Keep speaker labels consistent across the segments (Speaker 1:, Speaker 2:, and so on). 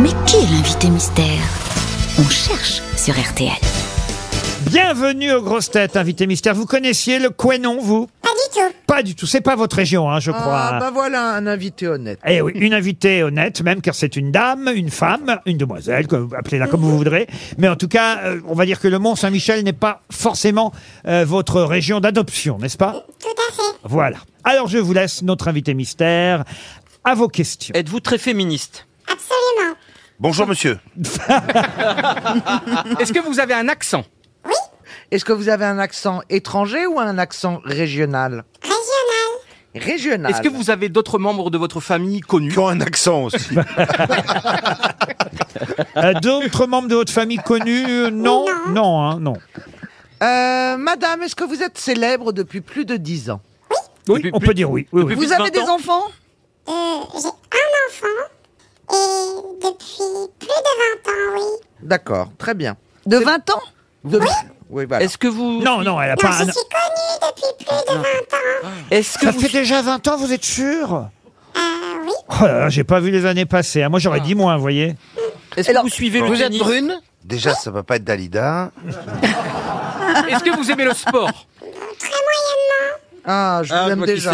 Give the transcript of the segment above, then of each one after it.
Speaker 1: Mais qui est l'invité mystère On cherche sur RTL.
Speaker 2: Bienvenue aux grosses têtes, invité mystère. Vous connaissiez le Quénon, vous
Speaker 3: Pas du tout.
Speaker 2: Pas du tout. C'est pas votre région, hein, je crois.
Speaker 4: Ah, bah voilà, un invité honnête.
Speaker 2: Eh oui, une invitée honnête, même car c'est une dame, une femme, une demoiselle, comme, appelez-la comme vous voudrez. Mais en tout cas, euh, on va dire que le Mont-Saint-Michel n'est pas forcément euh, votre région d'adoption, n'est-ce pas
Speaker 3: Tout à fait.
Speaker 2: Voilà. Alors je vous laisse notre invité mystère à vos questions.
Speaker 5: Êtes-vous très féministe
Speaker 3: Absolument.
Speaker 6: Bonjour monsieur.
Speaker 5: Ah. Est-ce que vous avez un accent
Speaker 4: Est-ce que vous avez un accent étranger ou un accent régional
Speaker 3: Régional.
Speaker 4: Régional.
Speaker 5: Est-ce que vous avez d'autres membres de votre famille connus
Speaker 6: Qui ont un accent aussi.
Speaker 2: Euh, D'autres membres de votre famille connus euh, Non, non, hein, non.
Speaker 4: Euh, madame, est-ce que vous êtes célèbre depuis plus de 10 ans
Speaker 2: Oui,
Speaker 5: Depuis
Speaker 2: on
Speaker 5: plus-
Speaker 2: peut dire oui. oui, oui.
Speaker 5: Depuis
Speaker 4: Vous
Speaker 5: de
Speaker 4: avez
Speaker 5: 20
Speaker 4: des
Speaker 5: ans
Speaker 4: enfants
Speaker 3: Euh, j'ai un enfant et depuis plus de 20 ans, oui.
Speaker 4: D'accord, très bien.
Speaker 7: De 20 ans
Speaker 4: De- Oui, voilà.
Speaker 5: Est-ce que vous
Speaker 2: Non, non, elle a
Speaker 3: Non,
Speaker 2: pas.
Speaker 3: je
Speaker 2: un-
Speaker 3: suis connue depuis plus de 20 ans.
Speaker 5: Ah. Est-ce que
Speaker 2: Ça
Speaker 5: vous
Speaker 2: fait déjà 20 ans, vous êtes sûr
Speaker 3: Euh, oui.
Speaker 2: Oh là là, j'ai pas vu les années passer. hein. Moi,
Speaker 5: Ah.
Speaker 2: j'aurais dit moins, vous voyez.
Speaker 5: est-ce que vous suivez le
Speaker 7: Vous êtes
Speaker 5: tennis
Speaker 7: brune
Speaker 6: Déjà, ça va pas être Dalida.
Speaker 5: Est-ce que vous aimez le sport
Speaker 3: Très moyennement.
Speaker 4: Ah, je vous aime déjà.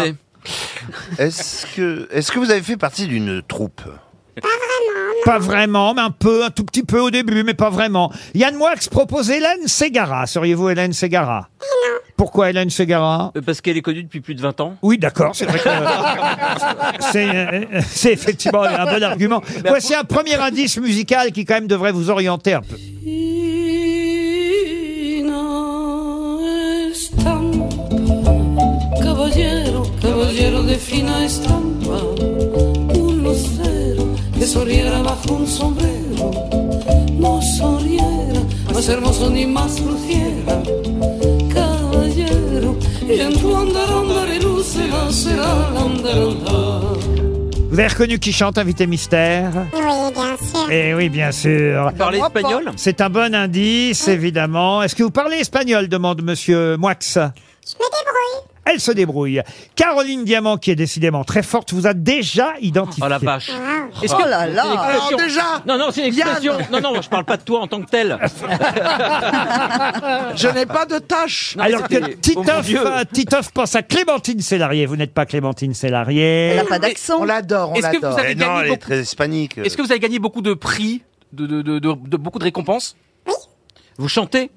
Speaker 6: Est-ce que, est-ce que vous avez fait partie d'une troupe
Speaker 2: Pas vraiment, mais un peu, un tout petit peu au début, mais pas vraiment. Yann Moix propose Hélène Ségara. Seriez-vous Hélène Ségara
Speaker 3: Eh
Speaker 2: Pourquoi Hélène Ségara
Speaker 5: Euh, Parce qu'elle est connue depuis plus de 20 ans.
Speaker 2: Oui, d'accord, c'est vrai que c'est euh, c'est effectivement un bon argument. Voici un premier indice musical qui quand même devrait vous orienter un peu.
Speaker 8: Y no estampa, caballero, caballero de fina estampa, un lucero que sonriera bajo un sombrero, no sonriera más hermoso ni más luciera, caballero, y en tu andar andar y lucera será el andar andar.
Speaker 2: Vous avez reconnu qui chante Invité Mystère
Speaker 3: Oui, bien sûr.
Speaker 2: Eh oui, bien sûr.
Speaker 5: Vous parlez
Speaker 4: Bah, moi pas.
Speaker 5: espagnol
Speaker 2: C'est un bon indice, évidemment. Est-ce que vous parlez espagnol demande Monsieur Moix.
Speaker 3: Je me débrouille.
Speaker 2: Elle se débrouille. Caroline Diamant, qui est décidément très forte, vous a déjà identifié.
Speaker 5: Oh la vache.
Speaker 2: Ah,
Speaker 5: Est-ce
Speaker 7: Oh là là.
Speaker 5: c'est Ah. une
Speaker 4: Alors
Speaker 5: expression
Speaker 4: Ah, déjà,
Speaker 5: Non, non, c'est une
Speaker 4: Yann.
Speaker 5: expression. Non, non, je parle pas de toi en tant que tel.
Speaker 4: je n'ai pas de tâche.
Speaker 2: Alors que
Speaker 5: c'était- oh mon
Speaker 2: Titoff,
Speaker 5: Dieu.
Speaker 2: euh, Titoff pense à Clémentine Célarié. Vous n'êtes pas Clémentine
Speaker 7: Elle
Speaker 2: Célarié.
Speaker 7: n'a pas d'accent.
Speaker 4: On l'adore, on
Speaker 5: Est-ce que
Speaker 4: l'adore.
Speaker 5: vous avez-
Speaker 6: Eh non,
Speaker 5: gagné
Speaker 6: elle est
Speaker 5: beaucoup.
Speaker 6: très hispanique.
Speaker 5: Est-ce que vous avez gagné beaucoup de prix, de, de, de, de- de- beaucoup de récompenses
Speaker 3: Oui.
Speaker 5: Vous chantez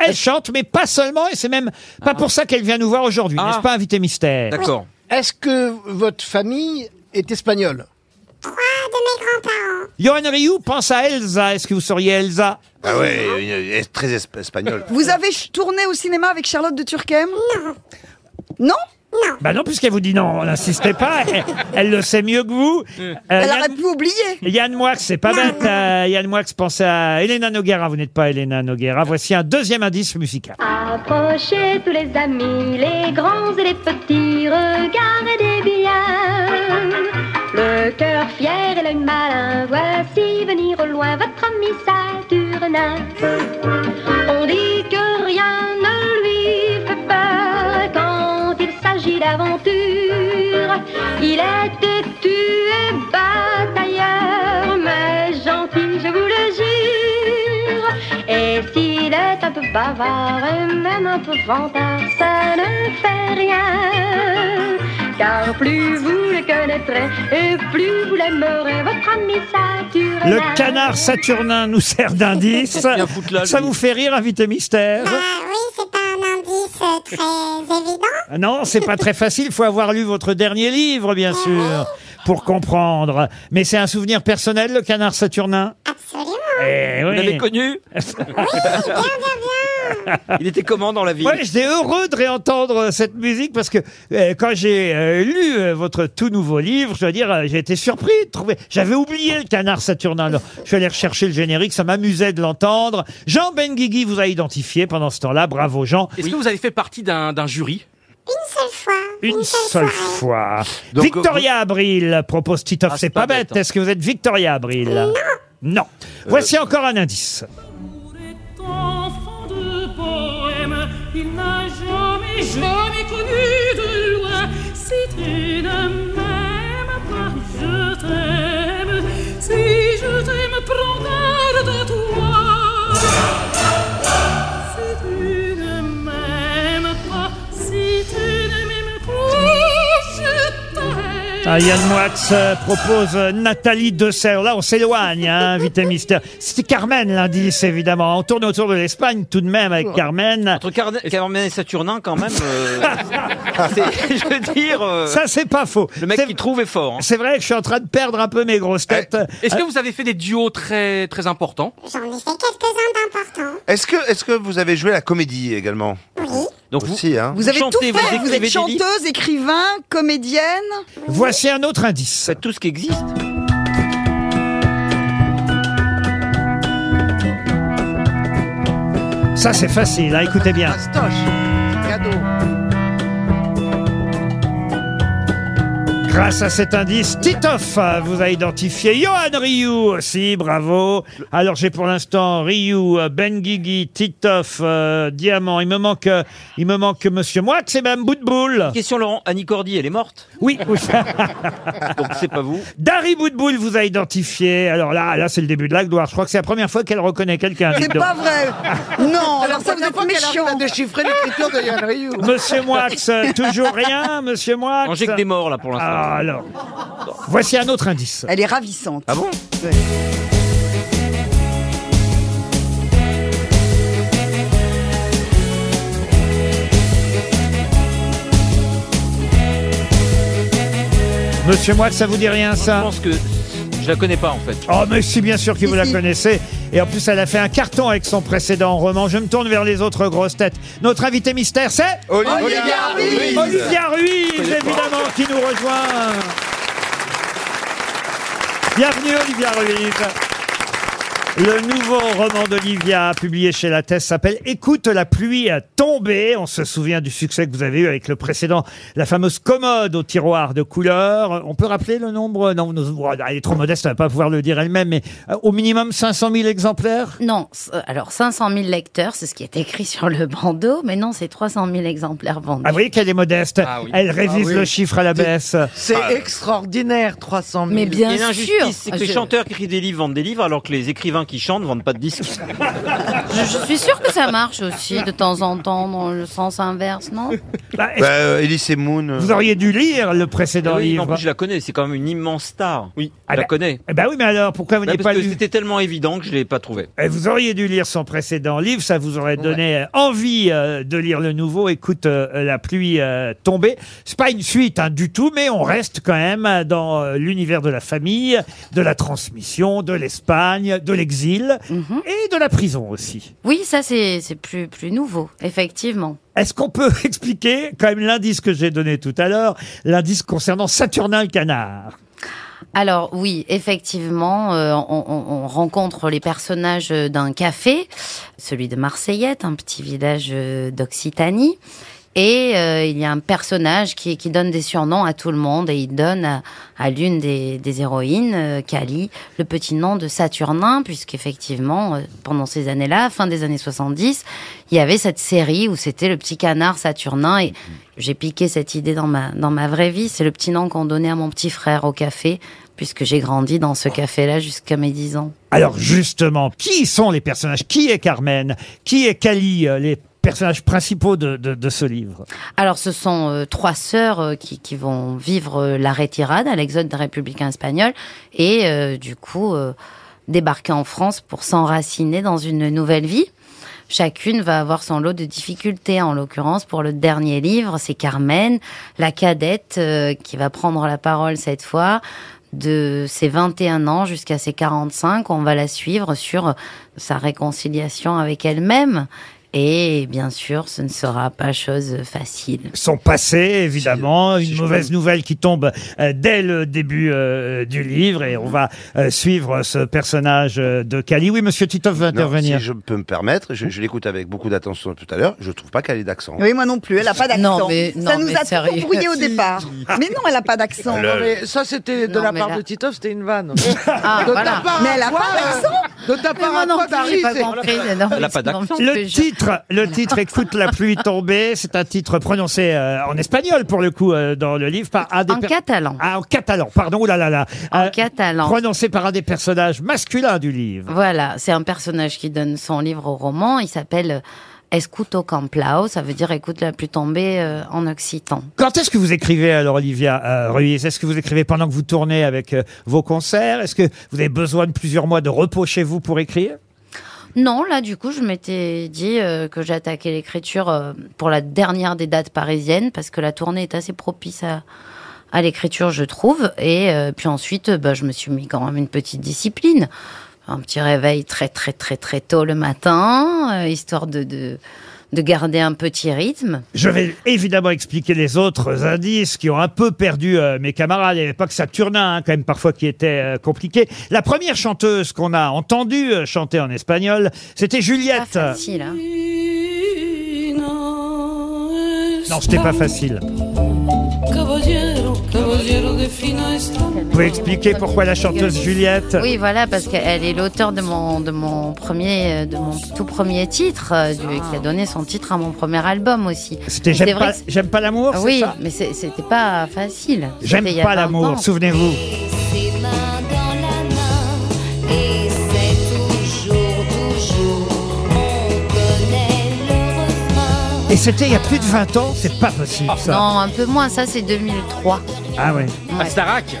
Speaker 2: Elle chante, mais pas seulement, et c'est même pas pour ça qu'elle vient nous voir aujourd'hui,
Speaker 5: Ah.
Speaker 2: n'est-ce pas, invité mystère
Speaker 5: D'accord.
Speaker 9: Est-ce que votre famille est espagnole
Speaker 3: Trois de mes grands-parents.
Speaker 2: Johan Rioux pense à Elsa. Est-ce que vous seriez Elsa
Speaker 6: Ah ouais, elle est très esp- espagnole.
Speaker 7: Vous avez ch- tourné au cinéma avec Charlotte de Turckheim Non
Speaker 2: Bah non, puisqu'elle vous dit non, n'insistez pas. Elle, elle le sait mieux que vous.
Speaker 5: Hmm.
Speaker 2: Euh,
Speaker 7: Elle
Speaker 2: Yann,
Speaker 7: aurait pu oublier.
Speaker 2: Yann Moix, c'est pas bête. euh, Yann Moix pense à Elena Noguera. Vous n'êtes pas Elena Noguera. Voici un deuxième indice musical.
Speaker 10: Approchez tous les amis, les grands et les petits, regardez bien. Le cœur fier et l'œil malin, voici venir au loin votre ami Saturnin. On dit que rien ne lui fait peur quand il s'agit d'aventure. Il est têtu et batailleur, mais gentil, je vous le jure. Et s'il est un peu bavard et même un peu vantard, ça ne fait rien. Car plus vous le connaîtrez et plus vous l'aimerez, votre ami Saturnin.
Speaker 2: Le canard Saturnin nous sert d'indice.
Speaker 5: foutre là,
Speaker 2: Ça
Speaker 5: lui.
Speaker 2: vous fait rire, invité mystère
Speaker 3: Bah oui, c'est pas un indice euh, très évident.
Speaker 2: Ah Non, c'est pas très facile. Faut avoir lu votre dernier livre, bien sûr, pour comprendre. Mais c'est un souvenir personnel, le canard Saturnin.
Speaker 3: Absolument.
Speaker 2: Eh
Speaker 5: Vous l'avez
Speaker 2: oui.
Speaker 5: connu
Speaker 3: Bien, bien, bien.
Speaker 5: Il était comment dans la vie
Speaker 2: Moi, j'étais heureux de réentendre euh, cette musique parce que euh, quand j'ai euh, lu euh, votre tout nouveau livre, je dois dire, euh, j'ai été surpris de trouver. J'avais oublié le canard Saturnin. Alors, je suis allé rechercher le générique, ça m'amusait de l'entendre. Jean Benguigui vous a identifié pendant ce temps-là. Bravo, Jean.
Speaker 5: Est-ce que vous avez fait partie d'un d'un jury
Speaker 3: Une seule fois.
Speaker 2: Une seule fois.
Speaker 6: Donc,
Speaker 2: Victoria Abril propose Titoff.
Speaker 5: Ah,
Speaker 2: c'est pas, bête.
Speaker 5: hein.
Speaker 2: Est-ce que vous êtes Victoria Abril Non. Voici encore un indice.
Speaker 8: Pour est enfant de poème, il n'a jamais, jamais connu de loin. Si tu ne m'aimes pas, je t'aime. Si je t'aime
Speaker 2: Ah, Yann Moix euh, propose euh, Nathalie Dessert. Là, on s'éloigne, hein, invité mystère. C'était Carmen, l'indice, évidemment. On tourne autour de l'Espagne, tout de même,
Speaker 11: Oh.
Speaker 2: avec Carmen.
Speaker 11: Entre Carne- Carmen et Saturnin, quand même, euh, c'est- je veux dire, euh,
Speaker 2: Ça, c'est pas faux.
Speaker 11: le mec qui trouve est fort. hein.
Speaker 2: C'est vrai que je suis en train de perdre un peu mes grosses têtes.
Speaker 5: Est-ce que
Speaker 2: Euh,
Speaker 5: vous avez fait des duos très, très importants
Speaker 3: J'en ai fait quelques-uns d'importants.
Speaker 6: Est-ce que, est que vous avez joué la comédie également
Speaker 3: Oui.
Speaker 11: Donc vous,
Speaker 6: Aussi, hein.
Speaker 7: Vous avez
Speaker 11: chantez,
Speaker 7: tout fait.
Speaker 11: vous
Speaker 7: Vous êtes
Speaker 11: écrivez des livres,
Speaker 7: chanteuse, écrivain, comédienne.
Speaker 2: Voici un autre indice.
Speaker 11: faites tout ce qui existe.
Speaker 2: Ça, c'est facile. hein, écoutez bien.
Speaker 4: Pastoche. Cadeau.
Speaker 2: Grâce à cet indice, Titoff euh, vous a identifié. Johan Ryu aussi, bravo. Alors j'ai pour l'instant Ryu, euh, Benguigui, Titoff, euh, Diamant. Il me manque, euh, il me manque Monsieur Moix et même Boutboul.
Speaker 11: Question Laurent, Annie Cordy, elle est morte,
Speaker 2: Oui, oui.
Speaker 11: donc c'est pas vous.
Speaker 2: Dari Boutboul vous a identifié. Alors là, là c'est le début de la gloire. Je crois que c'est la première fois qu'elle reconnaît quelqu'un. dites
Speaker 7: C'est
Speaker 2: donc.
Speaker 7: pas vrai. Non, alors ça, vous
Speaker 4: Première
Speaker 7: êtes
Speaker 4: fois qu'elle arrive
Speaker 7: méchant.
Speaker 4: à déchiffrer l'écriture de Yann Ryu.
Speaker 2: Monsieur Moix, euh, toujours rien, Monsieur Moix.
Speaker 11: On jette des morts là pour l'instant.
Speaker 2: Ah, alors, voici un autre indice.
Speaker 7: Elle est ravissante.
Speaker 11: Ah bon
Speaker 2: Monsieur Moix, ça vous dit rien
Speaker 11: Je
Speaker 2: ça
Speaker 11: pense que je la connais pas en fait.
Speaker 2: Oh, mais si, bien sûr que vous
Speaker 7: Si,
Speaker 2: la
Speaker 7: si.
Speaker 2: connaissez. Et en plus, elle a fait un carton avec son précédent roman. Je me tourne vers les autres grosses têtes. Notre invité mystère, c'est
Speaker 6: Olivia Ruiz.
Speaker 2: Olivia Ruiz, évidemment, qui nous rejoint. Bienvenue, Olivia Ruiz. Le nouveau roman d'Olivia, publié chez La Thèse, s'appelle Écoute la pluie a tombé. On se souvient du succès que vous avez eu avec le précédent, la fameuse commode au tiroir de couleurs. On peut rappeler le nombre Non, nous- oh, elle est trop modeste, elle va pas pouvoir le dire elle-même, mais euh, au minimum 500 000 exemplaires
Speaker 10: Non, c- euh, alors 500 000 lecteurs, c'est ce qui est écrit sur le bandeau, mais non, c'est 300 000 exemplaires vendus.
Speaker 2: Ah, vous voyez qu'elle est modeste.
Speaker 5: Ah oui.
Speaker 2: Elle révise
Speaker 4: Ah oui.
Speaker 2: le chiffre à la baisse.
Speaker 4: C'est extraordinaire, 300 000.
Speaker 10: mais
Speaker 11: Il y
Speaker 10: bien
Speaker 11: a une
Speaker 10: sûr, Ah,
Speaker 11: injustice, c'est que les
Speaker 10: je,
Speaker 11: chanteurs qui écrivent des livres vendent des livres alors que les écrivains qui chantent vendent pas de disques.
Speaker 10: je- je suis sûre que ça marche aussi de temps en temps dans le sens inverse, non
Speaker 2: Bah, est-ce
Speaker 6: Bah, euh, Elise et Moon. euh.
Speaker 2: Vous auriez dû lire le précédent
Speaker 11: Ah Eh Oui, mais en
Speaker 2: livre.
Speaker 11: plus je la connais, c'est quand même une immense star. Oui, je
Speaker 2: Ah
Speaker 11: la
Speaker 2: bah-
Speaker 11: connais.
Speaker 2: Eh ben oui, mais alors pourquoi vous
Speaker 11: Bah,
Speaker 2: n'avez pas
Speaker 11: parce que
Speaker 2: lu
Speaker 11: c'était tellement évident que je l'ai pas trouvé.
Speaker 2: Eh, Vous auriez dû lire son précédent livre, ça vous aurait donné euh, envie euh, de lire le nouveau. Écoute, euh, la pluie euh, tombée. C'est pas une suite hein, du tout, mais on reste quand même euh, dans euh, l'univers de la famille, de la transmission, de l'Espagne, de l'exil
Speaker 10: Mhm.
Speaker 2: et de la prison aussi.
Speaker 10: Oui, ça c'est c'est plus, plus nouveau, effectivement.
Speaker 2: Est-ce qu'on peut expliquer quand même l'indice que j'ai donné tout à l'heure, l'indice concernant Saturnin le canard
Speaker 10: Alors oui, effectivement, euh, on, on- on rencontre les personnages d'un café, celui de Marseillette, un petit village euh, d'Occitanie. Et euh, il y a un personnage qui, qui donne des surnoms à tout le monde et il donne à, à l'une des, des héroïnes, euh, Cali, le petit nom de Saturnin, puisqu'effectivement, euh, pendant ces années-là, fin des années 70, il y avait cette série où c'était le petit canard Saturnin et j'ai piqué cette idée dans ma, dans ma vraie vie. C'est le petit nom qu'on donnait à mon petit frère au café, puisque j'ai grandi dans ce café-là jusqu'à mes 10 ans.
Speaker 2: Alors justement, qui sont les personnages Qui est Carmen Qui est Cali euh, Les personnages principaux de, de- de ce livre.
Speaker 10: Alors, ce sont euh, trois sœurs euh, qui, qui vont vivre euh, la retirade à l'exode des républicains espagnols et euh, du coup euh, débarquer en France pour s'enraciner dans une nouvelle vie. Chacune va avoir son lot de difficultés. En l'occurrence, pour le dernier livre, c'est Carmen, la cadette, euh, qui va prendre la parole cette fois. De ses 21 ans jusqu'à ses 45, on va la suivre sur sa réconciliation avec elle-même. Et bien sûr, ce ne sera pas chose facile.
Speaker 2: Son passé, évidemment,
Speaker 6: Si- si
Speaker 2: une
Speaker 6: je
Speaker 2: mauvaise nouvelle qui tombe euh, dès le début euh, du livre et on va euh, suivre ce personnage euh, de Cali. Oui, monsieur Titov va
Speaker 6: euh, Non,
Speaker 2: intervenir.
Speaker 6: si je peux me permettre, je, je l'écoute avec beaucoup d'attention tout à l'heure, je trouve pas qu'elle ait d'accent.
Speaker 7: Oui, moi non plus, elle a pas d'accent.
Speaker 10: Non, mais-
Speaker 7: ça
Speaker 10: non,
Speaker 7: nous
Speaker 10: mais
Speaker 7: a
Speaker 10: sérieux.
Speaker 7: tout brouillé au départ. Mais non, elle a pas d'accent.
Speaker 6: Alors,
Speaker 4: Non, mais ça, c'était de
Speaker 10: Non,
Speaker 4: la
Speaker 10: mais
Speaker 4: part
Speaker 10: là-
Speaker 4: de Titov, c'était une vanne.
Speaker 10: Ah,
Speaker 4: de ta
Speaker 10: voilà.
Speaker 4: part
Speaker 7: Mais
Speaker 4: à
Speaker 7: elle a
Speaker 4: toi,
Speaker 7: pas
Speaker 4: euh, De ta part à
Speaker 10: non,
Speaker 4: toi, Dari,
Speaker 10: j'ai pas
Speaker 4: c'est-
Speaker 10: compris.
Speaker 11: Elle a pas d'accent.
Speaker 2: Le titre, le titre Écoute la pluie tomber, c'est un titre prononcé euh, en espagnol pour le coup euh, dans le livre par un des
Speaker 10: En
Speaker 2: per-
Speaker 10: catalan.
Speaker 2: Ah, en catalan, pardon, oh là là là. Euh,
Speaker 10: En catalan.
Speaker 2: prononcé par un des personnages masculins du livre.
Speaker 10: Voilà, c'est un personnage qui donne son livre au roman. Il s'appelle euh, Escuto Camplao, ça veut dire écoute la pluie tomber euh, en occitan.
Speaker 2: Quand est-ce que vous écrivez alors, Olivia euh, Ruiz Est-ce que vous écrivez pendant que vous tournez avec euh, vos concerts Est-ce que vous avez besoin de plusieurs mois de repos chez vous pour écrire
Speaker 10: Non, là du coup, je m'étais dit euh, que j'attaquais l'écriture euh, pour la dernière des dates parisiennes parce que la tournée est assez propice à à l'écriture, je trouve. Et euh, puis ensuite, euh, bah, je me suis mis quand même une petite discipline, un petit réveil très très très très tôt le matin, euh, histoire de, de de garder un petit rythme.
Speaker 2: Je vais évidemment expliquer les autres indices qui ont un peu perdu euh, mes camarades. Il n'y avait pas que Saturnin, hein, quand même, parfois, qui était euh, compliqué. La première chanteuse qu'on a entendue euh, chanter en espagnol, c'était Juliette.
Speaker 10: hein.
Speaker 2: non, c'était pas facile.
Speaker 8: Caballero, caballero de fina estampa.
Speaker 2: Vous pouvez expliquer pourquoi la chanteuse Juliette
Speaker 10: Oui, voilà, parce qu'elle est l'auteur de mon, de mon premier, de mon tout premier titre, euh, du- qui a donné son titre à mon premier album aussi.
Speaker 2: Ah. C'était
Speaker 10: Mais c'est
Speaker 2: J'aime
Speaker 10: vrai
Speaker 2: pas,
Speaker 10: que c'est-
Speaker 2: J'aime pas l'amour, c'est
Speaker 10: Oui,
Speaker 2: ça
Speaker 10: mais c'est- c'était pas facile.
Speaker 2: J'aime
Speaker 10: C'était il y a
Speaker 2: pas
Speaker 10: 20 ans.
Speaker 2: l'amour, souvenez-vous.
Speaker 1: Ses mains dans la main et c'est toujours, toujours. On connaît le refrain.
Speaker 2: Et c'était il y a plus de 20 ans, c'est pas possible, ça.
Speaker 10: Non, un peu moins, ça c'est 2003.
Speaker 2: Ah ouais.
Speaker 10: Ouais.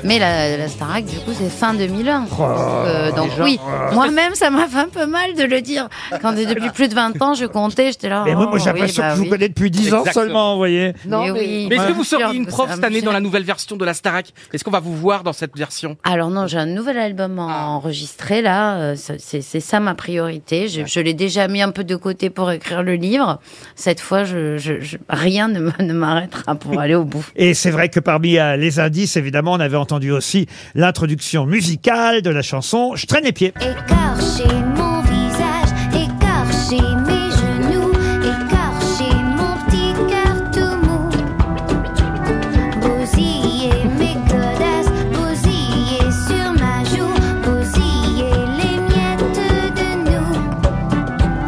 Speaker 10: Mais la, la Starac, du coup, c'est fin 2001.
Speaker 2: Oh,
Speaker 10: Euh, donc
Speaker 2: déjà. Oh,
Speaker 10: oui, moi-même, ça m'a fait un peu mal de le dire. Quand depuis plus de 20 ans, je comptais, j'étais là.
Speaker 2: Mais moi, moi, j'ai
Speaker 10: oh, oui,
Speaker 2: l'impression
Speaker 10: bah
Speaker 2: que je vous
Speaker 10: oui.
Speaker 2: connais depuis 10 ans
Speaker 5: Exactement.
Speaker 2: seulement, vous voyez.
Speaker 10: Non, mais- oui.
Speaker 5: Mais est-ce que
Speaker 10: Ouais.
Speaker 5: vous seriez une
Speaker 10: Sûr,
Speaker 5: prof
Speaker 10: c'est
Speaker 5: cette année
Speaker 10: obligé.
Speaker 5: dans la nouvelle version de la Starac Est-ce qu'on va vous voir dans cette version
Speaker 10: Alors non, j'ai un nouvel album à enregistrer là. euh, ça- C'est c'est ça ma priorité. Je, je l'ai déjà mis un peu de côté pour écrire le livre. Cette fois, je, je- je- rien ne m- ne m'arrêtera pour aller au bout.
Speaker 2: Et c'est vrai que parmi euh, les indices, évidemment, on avait entendu aussi l'introduction musicale de la chanson Je traîne les pieds.
Speaker 1: Écorcher mon visage, écorcher mes genoux, écorcher mon petit cœur tout mou. Bousiller mes godasses, bousiller sur ma joue, bousiller les miettes de nous.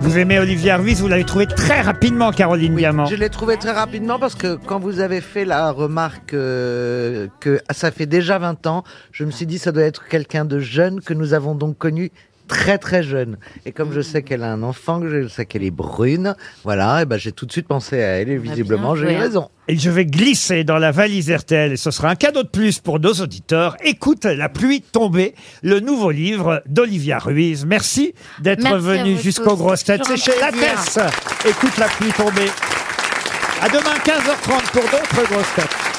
Speaker 2: Vous aimez Olivia Ruiz, vous l'avez trouvé très rapidement, Caroline Diamant.
Speaker 4: Je l'ai trouvé très rapidement parce que quand vous avez fait la remarque euh, que ça fait déjà 20 ans, je me suis dit ça doit être quelqu'un de jeune que nous avons donc connu très très jeune. Et comme je sais qu'elle a un enfant, que je sais qu'elle est brune, voilà, et ben j'ai tout de suite pensé à elle et visiblement j'ai eu raison.
Speaker 2: Et je vais glisser dans la valise RTL, et ce sera un cadeau de plus pour nos auditeurs. Écoute la pluie tomber, le nouveau livre d'Olivia Ruiz. Merci d'être
Speaker 12: Merci à
Speaker 2: venu
Speaker 12: vous
Speaker 2: jusqu'aux
Speaker 12: tous.
Speaker 2: grosses têtes. C'est
Speaker 12: Toujours
Speaker 2: chez
Speaker 12: un
Speaker 2: La
Speaker 12: plaisir.
Speaker 2: Tesse. Écoute la pluie tomber. À demain 15h30 pour d'autres grosses têtes.